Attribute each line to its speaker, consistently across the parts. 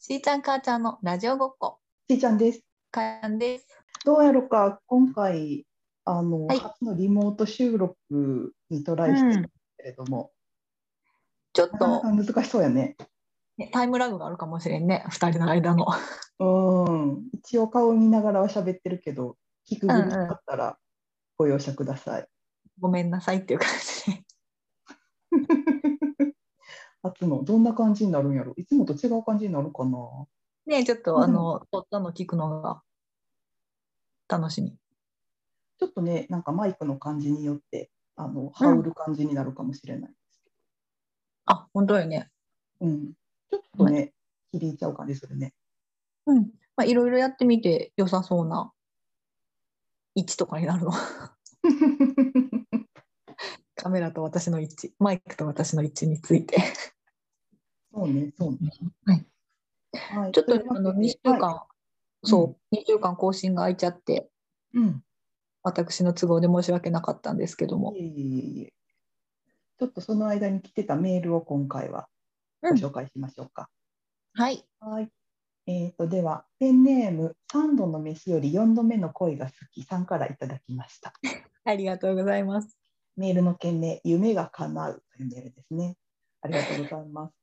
Speaker 1: しーちゃん母ちゃんのラジオごっこ
Speaker 2: しーちゃんです。
Speaker 1: かやんです
Speaker 2: どうやろか、今回、あの、
Speaker 1: はい
Speaker 2: 初のリモート収録にトライしてるんですけれども、
Speaker 1: ちょっ
Speaker 2: な
Speaker 1: と、
Speaker 2: かなか難しそうやね。
Speaker 1: ね、タイムラグがあるかもしれんね2人の間の
Speaker 2: うん、一応顔見ながらは喋ってるけど、聞くぐりだったらご容赦ください。
Speaker 1: ごめんなさいっていう感じで
Speaker 2: 初の、どんな感じになるんやろいつもと違う感じになるかな
Speaker 1: ねちょっ
Speaker 2: うん
Speaker 1: とあの撮ったの聞くのが楽しみ
Speaker 2: ちょっとね、なんかマイクの感じによって、あの、羽織る感じになるかもしれないですけ
Speaker 1: あ本当よね
Speaker 2: ど、うん、ちょっとね、響いちゃう感じするね。
Speaker 1: うんまあいろいろやってみて良さそうな1とかになるの カメラと私の位置マイクと私の位置につい て
Speaker 2: そうね、そうね。
Speaker 1: はい
Speaker 2: はい。
Speaker 1: ちょっと
Speaker 2: いうわ
Speaker 1: あの
Speaker 2: け
Speaker 1: 2
Speaker 2: で
Speaker 1: 週間、
Speaker 2: はい
Speaker 1: そう2週間更新が空いちゃって
Speaker 2: うん。
Speaker 1: 私の都合で申し訳なかったんですけども
Speaker 2: いえいえいえ。ちょっとその間に来てたメールを今回はご紹介しましょうか。
Speaker 1: はい
Speaker 2: はい。えー、とでは、ペンネーム3度の飯より4度目の恋が好きさんからいただきました。
Speaker 1: ありがとうございます
Speaker 2: メールの件名、夢が叶うというメールですね。ありがとうございます。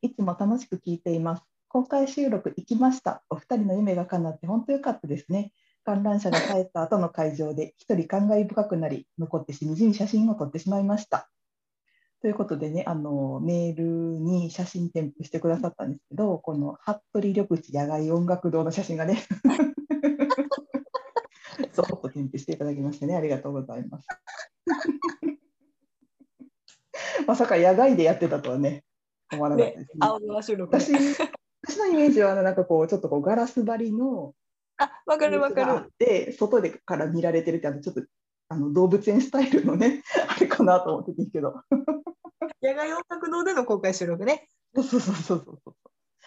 Speaker 2: いつも楽しく聞いています。公開収録行きました。お二人の夢が叶って本当良かったですね。観覧車が帰った後の会場で一人感慨深くなり、残ってしみじみ写真を撮ってしまいました。ということでね、あのメールに写真添付してくださったんですけど、この服部緑地野外音楽堂の写真がね、 そうっと添付していただきましてね、ありがとうございます。 まさか野外でやってたとはね、思わなかったですね。
Speaker 1: 青空収録
Speaker 2: 私私のイメージはあのなんかこうちょっとこうガラス張りの
Speaker 1: あわかるわか
Speaker 2: があっ
Speaker 1: る
Speaker 2: て外でから見られてるってあのちょっとあの動物園スタイルのね あれかなと思っててんけど
Speaker 1: 野外音楽堂での公開収録ね
Speaker 2: そうそうそうそうそうそう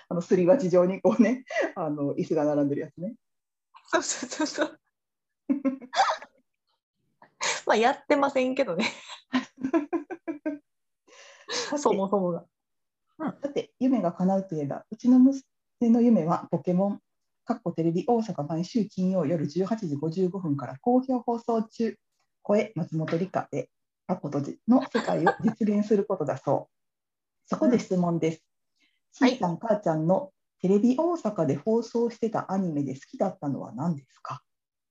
Speaker 2: あのすり鉢状にこうねあの椅子が並んでるやつね
Speaker 1: そうそうそうそう まあやってませんけど ねそもそもが
Speaker 2: さて夢が叶うといえばうちの娘の夢はポケモンかっこテレビ大阪毎週金曜夜18時55分から好評放送中声松本理香でかっこ閉じの世界を実現することだそうそこで質問です、
Speaker 1: うん
Speaker 2: しーちゃん母ちゃんのテレビ大阪で放送してたアニメで好きだったのは何ですか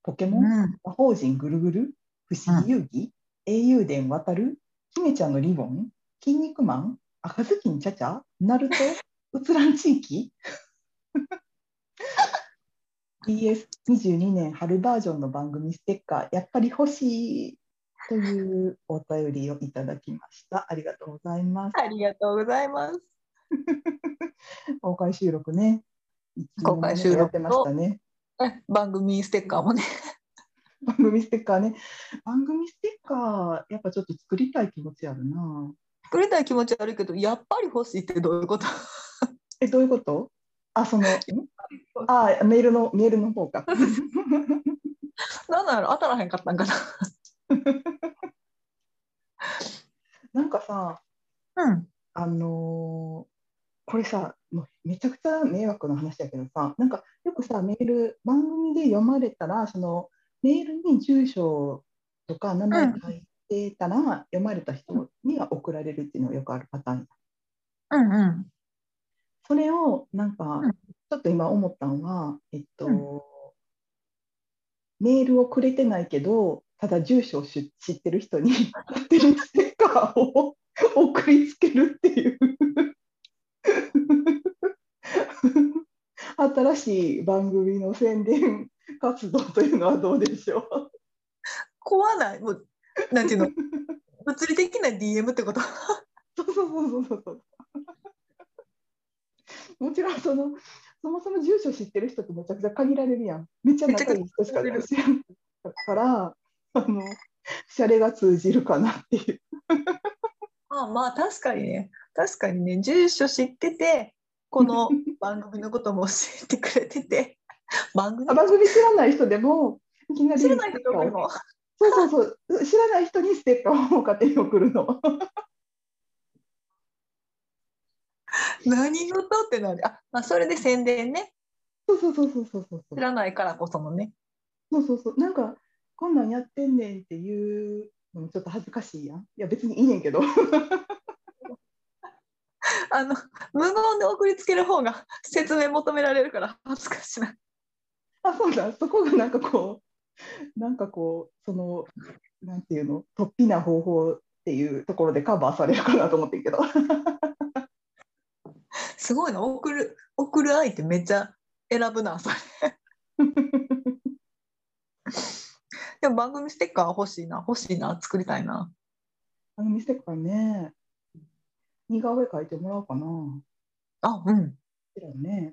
Speaker 2: ポケモン、
Speaker 1: ん
Speaker 2: 魔法陣ぐるぐる、不思議遊戯、英雄伝渡る、姫ちゃんのリボン、筋肉マン、赤ずきんちゃちゃ、ナルト、うつらん地域 ?BS22 年春バージョンの番組ステッカー、やっぱり欲しいというお便りをいただきました。ありがとうございます。
Speaker 1: ありがとうございます
Speaker 2: 公開収録ね。
Speaker 1: 公開収録と
Speaker 2: やってましたね。
Speaker 1: え番組ステッカーもね
Speaker 2: 番組ステッカーね。番組ステッカー、やっぱちょっと作りたい気持ちあるな。
Speaker 1: くれたら気持ち悪いけどやっぱり欲しいってどういうこと
Speaker 2: え、どういうことあ、その、んあ、メールの、メールの方か。
Speaker 1: なんなんやろ当たらへんかったんかな
Speaker 2: なんかさ、
Speaker 1: うん
Speaker 2: あのーこれさ、もうめちゃくちゃ迷惑な話だけどさ、なんかよくさ、メール、番組で読まれたら、そのメールに住所とか名前書いてたら、読まれた人には送られるっていうのがよくあるパターンや
Speaker 1: うんうん
Speaker 2: それをなんか、
Speaker 1: うん
Speaker 2: ちょっと今思ったのは、えっと、
Speaker 1: う
Speaker 2: メールをくれてないけど、ただ住所を知知ってる人に 勝手にステッカーを送りつけるっていう 新しい番組の宣伝活動というのはどうでしょう
Speaker 1: 怖ないもうなん ていうの物理的な DM ってこと
Speaker 2: そうそうそうそうそうそう。もちろんそのそもそも住所知ってる人ってめちゃくちゃ限られるやん。めっちゃ仲いい人しか知
Speaker 1: め
Speaker 2: ら
Speaker 1: ちゃ
Speaker 2: んから、あの、シャレが通じるかなっていう。
Speaker 1: あまあ確かにね確かにね住所知っててこの番組のことも教えてくれてて番組
Speaker 2: あ番組知らない人でも、いきなり
Speaker 1: 知らない人
Speaker 2: そう
Speaker 1: も
Speaker 2: そうそう、知らない人にステッカーを勝手に送るの。
Speaker 1: 何事ってなる。あ、まあ、それで宣伝ね。
Speaker 2: そうそうそうそうそうそうそう
Speaker 1: 知らないからこそのね。
Speaker 2: そうそうそうなんかこんなんやってんねんっていうのもちょっと恥ずかしいやんいや別にいいねんけど
Speaker 1: あの、無言で送りつける方が 説明求められるから恥ずかしない。
Speaker 2: あそうだそこがなんかこうなんかこうそのなんていうの突飛な方法っていうところでカバーされるかなと思ってんけど
Speaker 1: すごいな、送る、送る相手めっちゃ選ぶな、それ。でも番組ステッカー欲しいな、欲しいな、作りたいな。
Speaker 2: あの店からね似顔絵描いてもらおうかなこ
Speaker 1: あ、うん。
Speaker 2: ちらね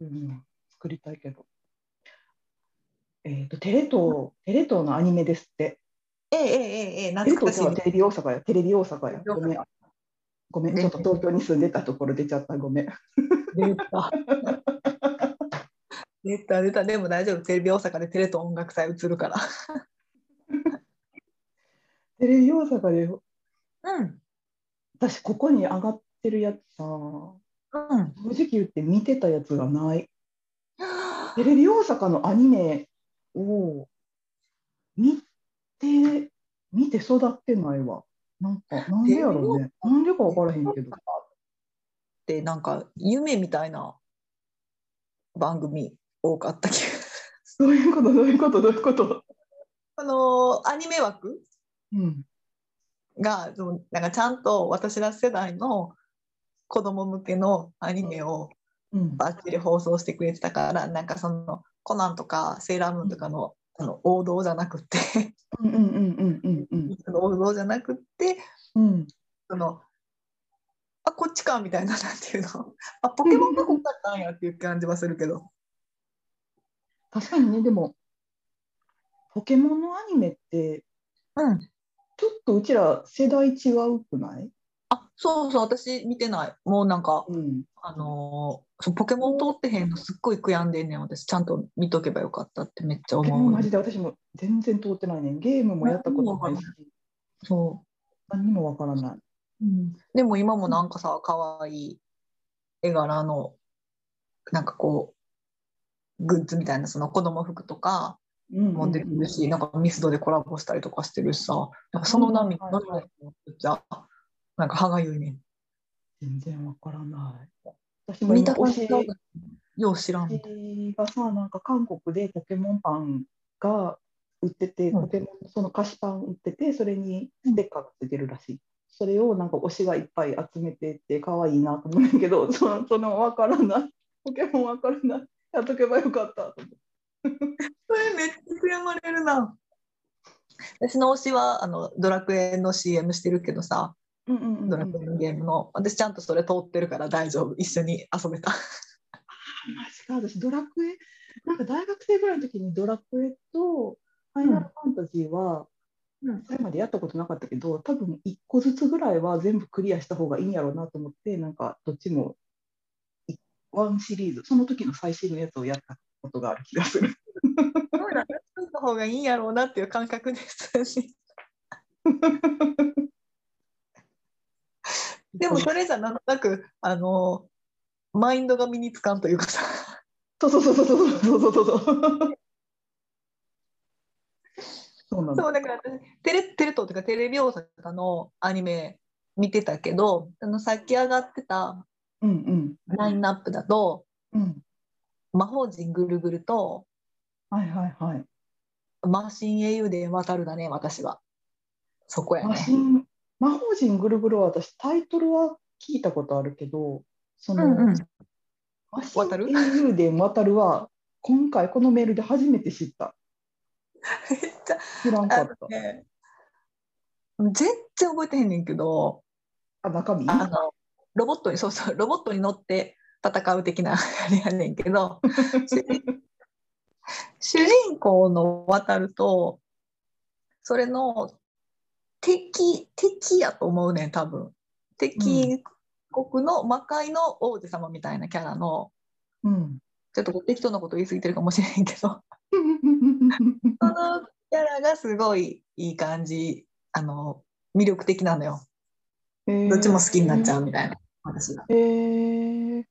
Speaker 2: うん作りたいけどえっ、とテレ東テレ東のアニメですって
Speaker 1: ええええええ、
Speaker 2: テレ
Speaker 1: 懐か
Speaker 2: 東
Speaker 1: しい
Speaker 2: では。テレビ大阪や、テレビ大阪や。
Speaker 1: テレビ大阪
Speaker 2: ごめん。ごめん、ちょっと東京に住んでたところ出ちゃった、ごめん。
Speaker 1: 出た。出た出たでも大丈夫テレビ大阪でテレと音楽祭映るから
Speaker 2: テレビ大阪で、
Speaker 1: うん
Speaker 2: 私、ここに上がってるやつさ、正
Speaker 1: うん
Speaker 2: 直言って見てたやつがない。テレビ大阪のアニメを見て、見て育ってないわ。なんか、なんでやろうね。なんでか分からへんけど。
Speaker 1: でなんか夢みたいな番組多かった気が
Speaker 2: どういうこと、どういうこと、どういうこと。
Speaker 1: あのーアニメ枠
Speaker 2: うん。
Speaker 1: がそのなんかちゃんと私ら世代の子供向けのアニメを
Speaker 2: うん。
Speaker 1: バッチリ放送してくれてたからなんかそのコナンとかセーラームーンとかのあの王道じゃなくて
Speaker 2: うんうんうんうんうん
Speaker 1: その王道じゃなくって
Speaker 2: うん。うん。
Speaker 1: そのあこっちかみたいななんていうのあポケモンがこっかったんやっていう感じはするけど
Speaker 2: 確かにねでもポケモンのアニメって
Speaker 1: うん
Speaker 2: ちょっとうちら世代違うくない、
Speaker 1: あそうそう私見てないもうなんか
Speaker 2: うん、
Speaker 1: あのーそうポケモン通ってへんのすっごい悔やんでんねん私ちゃんと見とけばよかったってめっちゃ
Speaker 2: ポケモ
Speaker 1: 思
Speaker 2: ン
Speaker 1: う
Speaker 2: マジで私も全然通ってないねんゲームもやったことないし
Speaker 1: そ、
Speaker 2: 何にもわからないう
Speaker 1: うん、でも今もなんかさ可愛い絵柄のなんかこうグッズみたいなその子供服とか
Speaker 2: うん
Speaker 1: も出てるし、なんかミスドでコラボしたりとかしてるしさ、なんかその波、
Speaker 2: はい
Speaker 1: 波がじゃあなんか歯がゆいね。
Speaker 2: 全然わからない私も
Speaker 1: 見
Speaker 2: 今
Speaker 1: た
Speaker 2: 推
Speaker 1: 感
Speaker 2: し
Speaker 1: じがよう知らん。うん
Speaker 2: 推しがさなんか韓国でポケモンパンが売ってて、
Speaker 1: うん
Speaker 2: ポケモンのその菓子パン売っててそれにステッカーがついてるらしいそれをなんか推しがいっぱい集めてって可愛いなと思うんだけど そのその分からないポケモン分からないやっとけばよかったと思って
Speaker 1: それめっちゃ悔やまれるな。私の推しはあのドラクエの CM してるけどさ、
Speaker 2: うんうんうん
Speaker 1: ドラクエのゲームの、私ちゃんとそれ通ってるから大丈夫、一緒に遊べた。
Speaker 2: マジか私ドラクエなんか大学生ぐらいの時にドラクエとファイナルファンタジーは、
Speaker 1: うん
Speaker 2: それまでやったことなかったけど多分1個ずつぐらいは全部クリアした方がいいんやろうなと思ってなんかどっちもいワンシリーズその時の最新のやつをやったことがある気がする
Speaker 1: そうだ、作った方がいいんやろうなっていう感覚です。でもそれじゃなんとなく、あの、マインドが身につかんというかさ。
Speaker 2: そうそうそうそうそうそうそうそうそうそうなの
Speaker 1: そうだから私テレテレ東というかテレビ大阪のアニメ見てたけどあのさっき上がってた
Speaker 2: うんうん
Speaker 1: ラインナップだと
Speaker 2: うん
Speaker 1: 「魔法陣ぐるぐる」と
Speaker 2: はいはいはい
Speaker 1: 「マシン英雄伝渡る」だね私はそこや
Speaker 2: 魔
Speaker 1: ね
Speaker 2: 神魔法陣ぐるぐるは私タイトルは聞いたことあるけどその、
Speaker 1: うんうん
Speaker 2: 魔
Speaker 1: 渡る
Speaker 2: 神英雄伝渡るは今回このメールで初めて知った
Speaker 1: めっちゃ
Speaker 2: 知らんか
Speaker 1: あ
Speaker 2: っ
Speaker 1: の
Speaker 2: た
Speaker 1: ね全然覚えてへんねんけど
Speaker 2: あ中身
Speaker 1: あのロボットにそうそうロボットに乗って戦う的な あれやねんけど主人主人公の渡るとそれの敵敵やと思うねん多分敵国の魔界の王子様みたいなキャラの、
Speaker 2: うん
Speaker 1: ちょっとこう適当なこと言い過ぎてるかもしれへんけどそのキャラがすごいいい感じあの魅力的なのよどっちも好きになっちゃ
Speaker 2: う。
Speaker 1: うみたいな。私が。
Speaker 2: えー、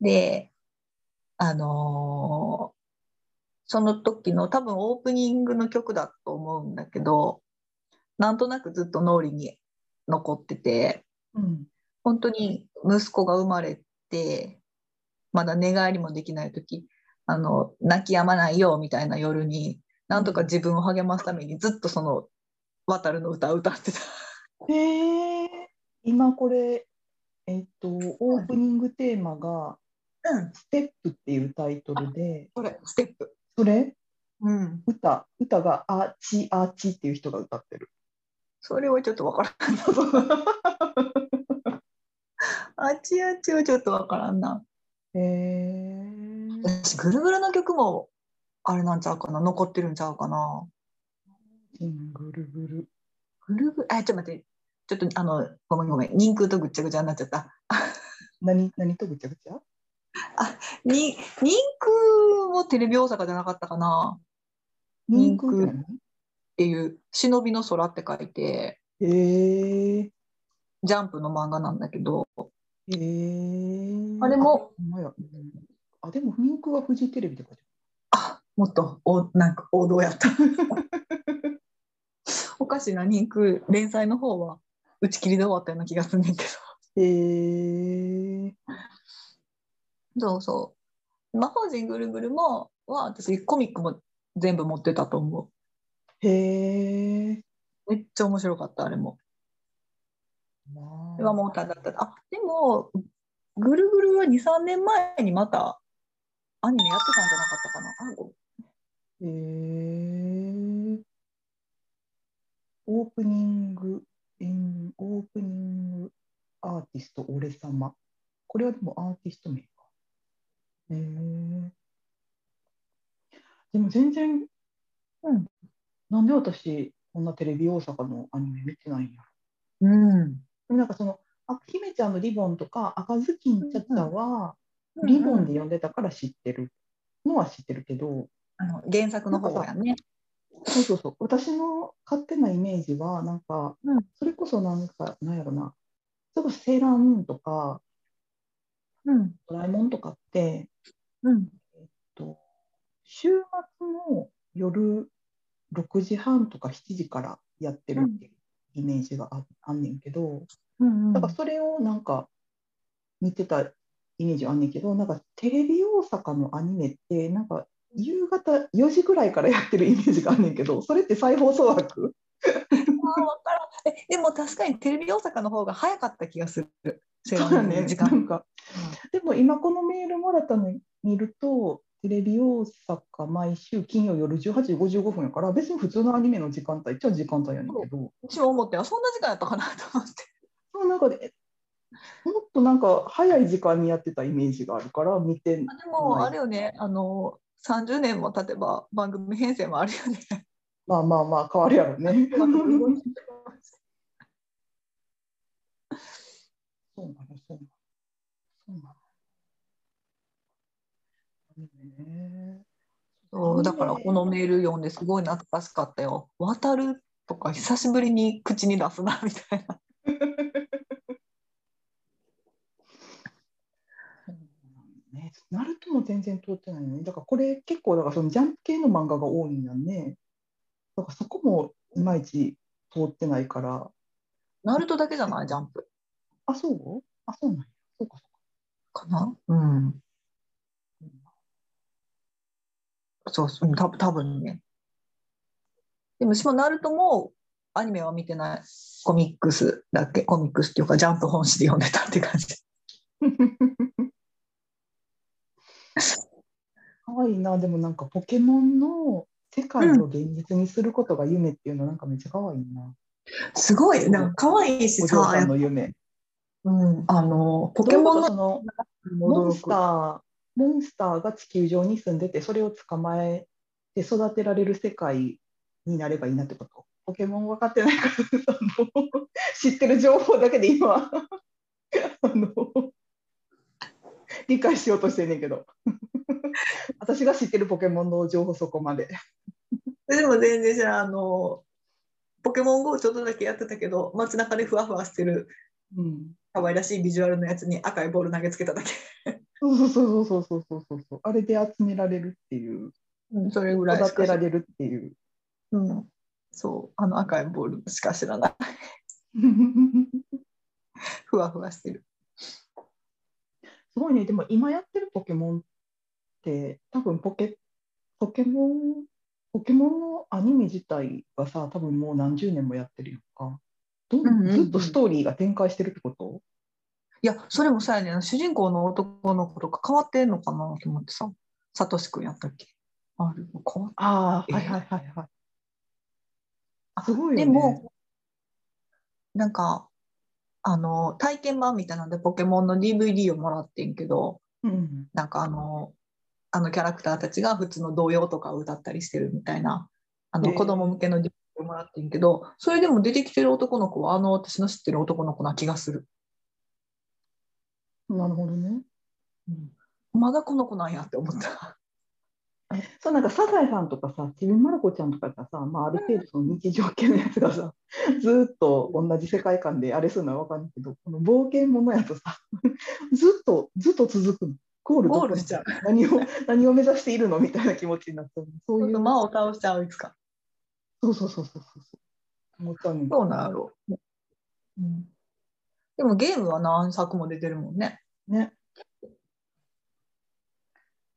Speaker 1: で、あのーその時の多分オープニングの曲だと思うんだけど、なんとなくずっと脳裏に残ってて、
Speaker 2: うん、
Speaker 1: 本当に息子が生まれて、まだ寝返りもできない時、あの、泣き止まないよみたいな夜に、なんとか自分を励ますためにずっとその、渡るの歌を歌ってた。
Speaker 2: えー、今これ、えっと、オープニングテーマが
Speaker 1: うん、
Speaker 2: 「ステップ」っていうタイトルで、
Speaker 1: これ、ステップ。
Speaker 2: それ
Speaker 1: うん。
Speaker 2: 歌歌が「あちあち」っていう人が歌ってる。
Speaker 1: それはちょっとわからん。あっちあっちはちょっとわからんな。
Speaker 2: えー、
Speaker 1: 私ぐるぐるの曲もあれなんちゃうかな残ってるんちゃうかな
Speaker 2: ジングルグル。
Speaker 1: ぐるぐるあちょっと待ってちょっとあのごめんごめん人空とぐっちゃぐちゃになっちゃった
Speaker 2: 何何とぐちゃぐちゃ
Speaker 1: に人空もテレビ大阪じゃなかったかな人空
Speaker 2: 人空
Speaker 1: っていう「忍びの空」って書いて
Speaker 2: えー、
Speaker 1: ジャンプの漫画なんだけど
Speaker 2: えー、
Speaker 1: あれも
Speaker 2: ほんまやうんあでも人空はフジテレビとかじ
Speaker 1: あもっとおなんか王道やった おかしいな人空連載の方は打ち切りで終わったような気がすんねんけど
Speaker 2: ゃん。えー、
Speaker 1: そうそう。魔法陣ぐるぐるもは私コミックも全部持ってたと思
Speaker 2: へえ。
Speaker 1: う。めっちゃ面白かったあれも。
Speaker 2: ま
Speaker 1: あれはもうただただ。あでもぐるぐるは23年前にまたアニメやってたんじゃなかったかな。あご
Speaker 2: へえ。オープニング、エンオープニングアーティスト、俺様。これはでもアーティスト名か。へえ。でも全然、
Speaker 1: うん、
Speaker 2: なんで私、こんなテレビ大阪のアニメ見てないんや
Speaker 1: う
Speaker 2: ろ。
Speaker 1: ん。
Speaker 2: でもなんかその、あ姫ちゃんのリボンとか、赤ずきんちゃちゃは、リ
Speaker 1: リ
Speaker 2: ボ
Speaker 1: ボ
Speaker 2: ン
Speaker 1: ンで
Speaker 2: で呼んでたから知ってるのは知ってるけど、
Speaker 1: あの原作の方やね。
Speaker 2: そうそうそう。私の勝手なイメージは、なんか、
Speaker 1: うん
Speaker 2: それこそなんか、なんやろな、それこそセーラームーンとか、
Speaker 1: うん
Speaker 2: ドラえもんとかって、
Speaker 1: うん
Speaker 2: と週末の夜6時半とか7時からやってるっていうイメージがああんねんけど、
Speaker 1: うん
Speaker 2: なんかそれをなんか見てたイメージあんねんけど、なんかテレビ大阪のアニメって、なんか夕方4時ぐらいからやってるイメージがあんねんけど、それって再放送枠
Speaker 1: あーわからんえでも確かにテレビ大阪の方が早かった気がする。セ
Speaker 2: そう
Speaker 1: ラ
Speaker 2: だ
Speaker 1: ミ
Speaker 2: ね、
Speaker 1: の時
Speaker 2: な
Speaker 1: 間。
Speaker 2: んか、でも今このメールもらったの見ると、テレビ大阪毎週金曜夜18時55分やから、別に普通のアニメの時間帯っちゃ時間帯やねんけど、
Speaker 1: 私も思ってあそんな時間やったかなと 思って。
Speaker 2: そうなんかね、もっとなんか早い時間にやってたイメージがあるから、見て、
Speaker 1: あでも、
Speaker 2: はい
Speaker 1: あれよね、あの、30年も経てば番組編成もあるよね。
Speaker 2: まあまあまあ、変わるやろね。そうなの、そうなの。そうなの。ね
Speaker 1: そうだからこのメール読んですごい懐かしかったよ。渡るとか久しぶりに口に出すなみたいな。
Speaker 2: そうなんね、ナルトも全然通ってないのに、だからこれ結構だからそのジャンプ系の漫画が多いんだね。だからそこもいまいち通ってないから、
Speaker 1: ナルトだけじゃないジャンプ
Speaker 2: あ、そうあ、そうなんや。そうか、
Speaker 1: か
Speaker 2: そ
Speaker 1: なうん。そうそう、うんた多分ね。でも、しもナルトもアニメは見てない。コミックスだっけコミックスっていうか、ジャンプ本誌で読んでたって感じ。
Speaker 2: うか。かわいいな、でもなんかポケモンの世界を現実にすることが夢っていうのなんかめっちゃかわいいな。
Speaker 1: すごい、なんか可愛いし
Speaker 2: お嬢
Speaker 1: さ、
Speaker 2: さ
Speaker 1: やっ
Speaker 2: んの夢。
Speaker 1: うん、あのポケモン
Speaker 2: どういうこと
Speaker 1: の
Speaker 2: そのモ
Speaker 1: モ
Speaker 2: ン
Speaker 1: ン
Speaker 2: ス
Speaker 1: ス
Speaker 2: タ
Speaker 1: ター
Speaker 2: ー、モンスターが地球上に住んでて、それを捕まえて育てられる世界になればいいなってこと。ポケモン分かってないから、あの知ってる情報だけで今、あの理解しようとしてんねんけど、私が知ってるポケモンの情報そこまで。
Speaker 1: でも全然じゃあのポケモン GO ちょっとだけやってたけど街中でふわふわしてる
Speaker 2: うん、
Speaker 1: 可愛らしいビジュアルのやつに赤いボール投げつけただけ、
Speaker 2: そうそうそうそうそうそうそうそう。あれで集められるっていう、
Speaker 1: うん、それぐらいし
Speaker 2: 育
Speaker 1: か
Speaker 2: てられるっていう。
Speaker 1: うん、そうあの赤いボールしか知らない ふわふわしてる
Speaker 2: すごいね、でも今やってるポケモンって、多分ポケ、ポケモン、ポケモンのアニメ自体がさ、多分もう何十年もやってるやんか。ど
Speaker 1: んうんうん
Speaker 2: んずっとストーリーが展開してるってこと
Speaker 1: いやそれもさやねんな主人公の男の子とか変わってんのかなと思ってささとしくんやったっけあるの変わっ
Speaker 2: あ
Speaker 1: え
Speaker 2: あ、はいはいはいはい。
Speaker 1: あ
Speaker 2: すごいよね。
Speaker 1: でも、なんか、あの、体験版みたいなので、ポケモンの DVD をもらってんけど、
Speaker 2: うん、
Speaker 1: なんかあの、あのキャラクターたちが普通の童謡とかを歌ったりしてるみたいな、あ
Speaker 2: へ
Speaker 1: の
Speaker 2: え
Speaker 1: 子供向けの DVD をもらってんけど、それでも出てきてる男の子は、あの、私の知ってる男の子な気がする。
Speaker 2: なるほどね。
Speaker 1: まだこの子なんやって思った。
Speaker 2: そうなんかサザエさんとかさ、ちびまる子ちゃんとかがさ、まあ、ある程度その日常系のやつがさ、 ずーっと同じ世界観であれするのは分かんないけど、この冒険ものやとさ、 ずっとずっと続くの。ゴールどこ
Speaker 1: ゴールしちゃう。
Speaker 2: 何を何を目指しているのみたいな気持ちになっちゃう。そういう。
Speaker 1: 魔を倒しちゃういつか。
Speaker 2: そうそうそうそうそうそう。思っちゃうねん
Speaker 1: どうなんやろう。うん、でもゲームは何作も出てるもんね。
Speaker 2: ね。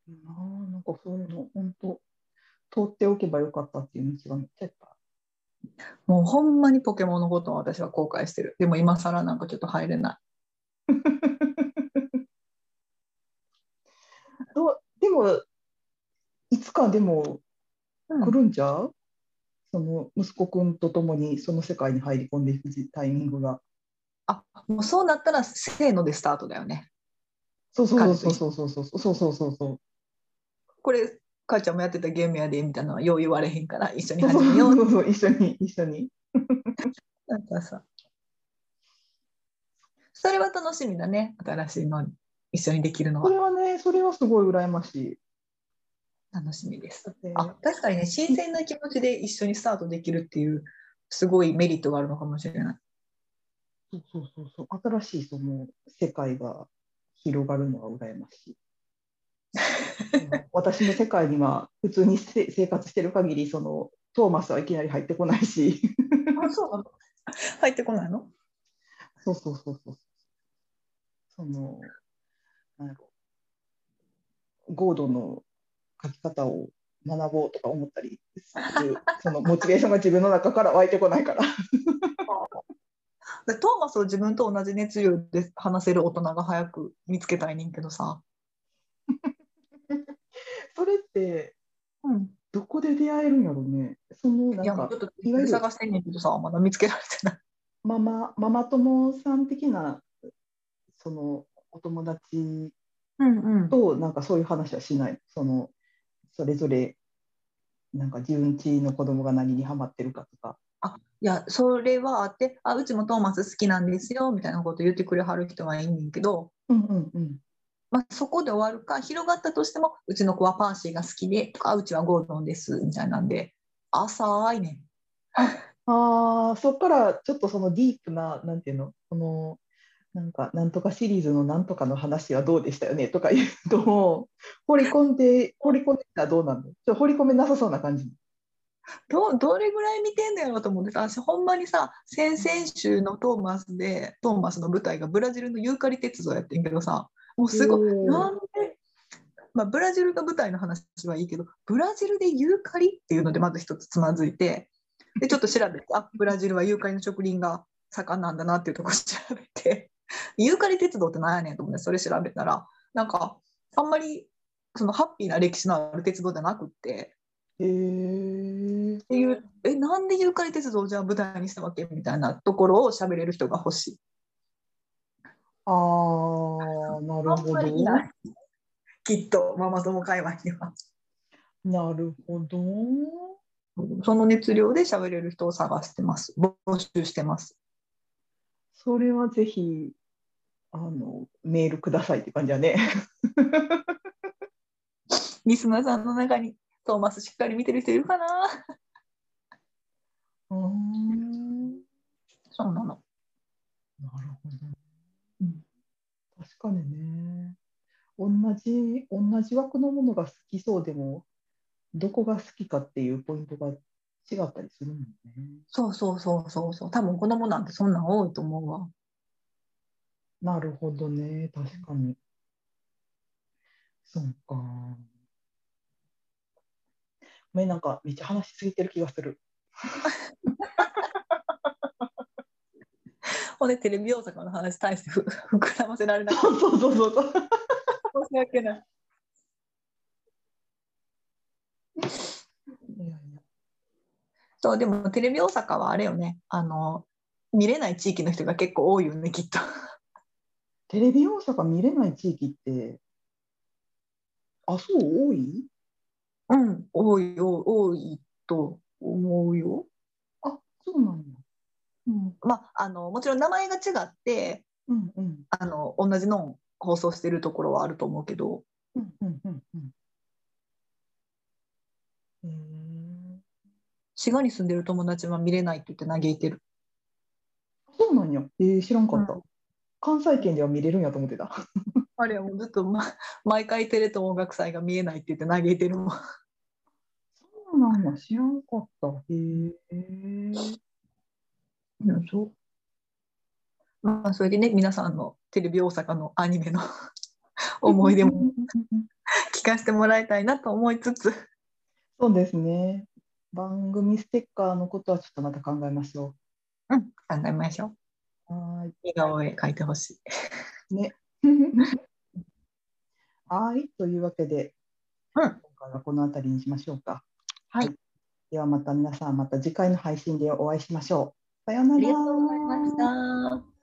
Speaker 2: いいなあなんかそういうの、本当通っておけばよかったっていう道がめっちゃいっぱいある。
Speaker 1: もうほんまにポケモンのことを私は後悔してる。でも今更なんかちょっと入れな
Speaker 2: どうでも、いつかでも
Speaker 1: い。
Speaker 2: 来るんじゃう、その息子くんと共にその世界に入り込んでいくタイミングが。
Speaker 1: あもうそうなったらせーのでスタートだよね。
Speaker 2: そうそうそうそうそうそうそうそうそうそう。
Speaker 1: これ母ちゃんもやってたゲームやでみたいなのはよう言われへんから一緒に
Speaker 2: そうそう
Speaker 1: 始めよう
Speaker 2: そうそう一緒に一緒に。
Speaker 1: なんかさ。それは楽しみだね。新しいのに一緒にできるの
Speaker 2: それ
Speaker 1: は
Speaker 2: はね、それはすごい羨ましい。
Speaker 1: 楽しみです
Speaker 2: だ。って
Speaker 1: あ確かにね新鮮な気持ちで一緒にスタートできるっていうすごいメリットがあるのかもしれない。
Speaker 2: そうそうそうそう新しいその世界が広がるのが羨ましい。私の世界には普通にせ生活してる限りそのトーマスはいきなり入ってこないし。
Speaker 1: あそうなの 入ってこないの
Speaker 2: そうそうそうそう。その、なんやろゴードンの書き方を学ぼうとか思ったりする、そのモチベーションが自分の中から湧いてこないから。
Speaker 1: でトーマスを自分と同じ熱量で話せる大人が早く見つけたいねんけどさ、
Speaker 2: それって、
Speaker 1: うん、
Speaker 2: どこで出会えるんやろうね。その
Speaker 1: い
Speaker 2: な
Speaker 1: や
Speaker 2: ん
Speaker 1: も
Speaker 2: か
Speaker 1: うちょっと
Speaker 2: いわゆる
Speaker 1: 探してんねんけどさまだ見つけられてない
Speaker 2: ママ、ママ友さん的な、そのお友達
Speaker 1: うんうん
Speaker 2: となんかそういう話はしない。そのそれぞれなんか自分ちの子供が何にハマってるかとか。
Speaker 1: いやそれはあってあうちもトーマス好きなんですよみたいなこと言ってくれはる人はいいねんけど、
Speaker 2: うんうんうん。
Speaker 1: まあ、そこで終わるか広がったとしてもうちの子はパーシーが好きでとかあうちはゴードンですみたいなんで浅いねん
Speaker 2: ああ、そこからちょっとそのディープな、なんていうの、この、なんか、なんとかシリーズのなんとかの話はどうでしたよねとか言うと、掘り込んで、掘り込んでたらどうなのちょっと掘り込めなさそうな感じ。
Speaker 1: どどれぐらい見てんのやろうと思ってた私ほんまにさ先々週のトーマスでトーマスの舞台がブラジルのユーカリ鉄道やってんけどさもうすごい
Speaker 2: おー
Speaker 1: なんで、まあ、ブラジルが舞台の話はいいけどブラジルでユーカリっていうのでまず一つつまずいてでちょっと調べてあブラジルはユーカリの植林が盛んなんだなっていうとこ調べてユーカリ鉄道ってなんやねんと思ってそれ調べたらなんかあんまりそのハッピーな歴史のある鉄道じゃなくって。
Speaker 2: へえ。
Speaker 1: っていうえなんでユーカリ鉄道をじゃあ舞台にしたわけみたいなところを喋れる人が欲しい。
Speaker 2: ああ、なる
Speaker 1: あん
Speaker 2: ほ
Speaker 1: まりい
Speaker 2: ど。
Speaker 1: ない。きっとママ友界隈には。
Speaker 2: なるほど。
Speaker 1: その熱量で喋れる人を探してます。募集してます。
Speaker 2: それはぜひ、あの、メールくださいって感じだね。
Speaker 1: リスナーさんの中にトーマスしっかり見てる人いるかな
Speaker 2: うーん。
Speaker 1: そうなの。
Speaker 2: なるほど。かにね。同じ、同じ枠のものが好きそうでも、どこが好きかっていうポイントが違ったりするもんね。
Speaker 1: そうそうそうそうそう。多分子供なんてそんなん多いと思うわ。
Speaker 2: なるほどね、確かに。そうか。ごめん、なんかめっちゃ話しすぎてる気がする。
Speaker 1: ほんでテレビ大阪の話大してふ膨らませられなくて
Speaker 2: そうそうそうそうそう。
Speaker 1: 申し訳ない。
Speaker 2: いやいや
Speaker 1: そうでもテレビ大阪はあれよね。あの見れない地域の人が結構多いよねきっと。
Speaker 2: テレビ大阪見れない地域って、あ、そう、多い
Speaker 1: うん多いよ多いと思うよ。
Speaker 2: あ、そうなんや。
Speaker 1: うん、まああのもちろん名前が違って
Speaker 2: うんうん。
Speaker 1: あの同じのを放送してるところはあると思うけど。
Speaker 2: うんうんうんうん。へえ
Speaker 1: 滋賀に住んでる友達は見れないって言って嘆いてる。
Speaker 2: そうなんや。えー、知らんかった、
Speaker 1: う
Speaker 2: 関西圏では見れるんやと思ってた。
Speaker 1: あれはもうずっと、ま、 毎回テレ東音楽祭が見えないって言って嘆いてるもん。
Speaker 2: そうなんや。知らんかった。へえ。
Speaker 1: そう。まあ、それでね、皆さんのテレビ大阪のアニ メの思い出も。 聞かせてもらいたいなと思いつつ、
Speaker 2: そうですね。番組ステッカーのことはちょっとまた考えましょ
Speaker 1: うん、考えましょう。
Speaker 2: う。は ーい。
Speaker 1: 笑顔へ描いてほしい。
Speaker 2: はい。というわけで、
Speaker 1: うん
Speaker 2: 今回はこの辺りにしましょうか。
Speaker 1: はい。
Speaker 2: ではまた皆さん、また次回の配信でお会いしましょう。さようなら。
Speaker 1: ありがとうございました。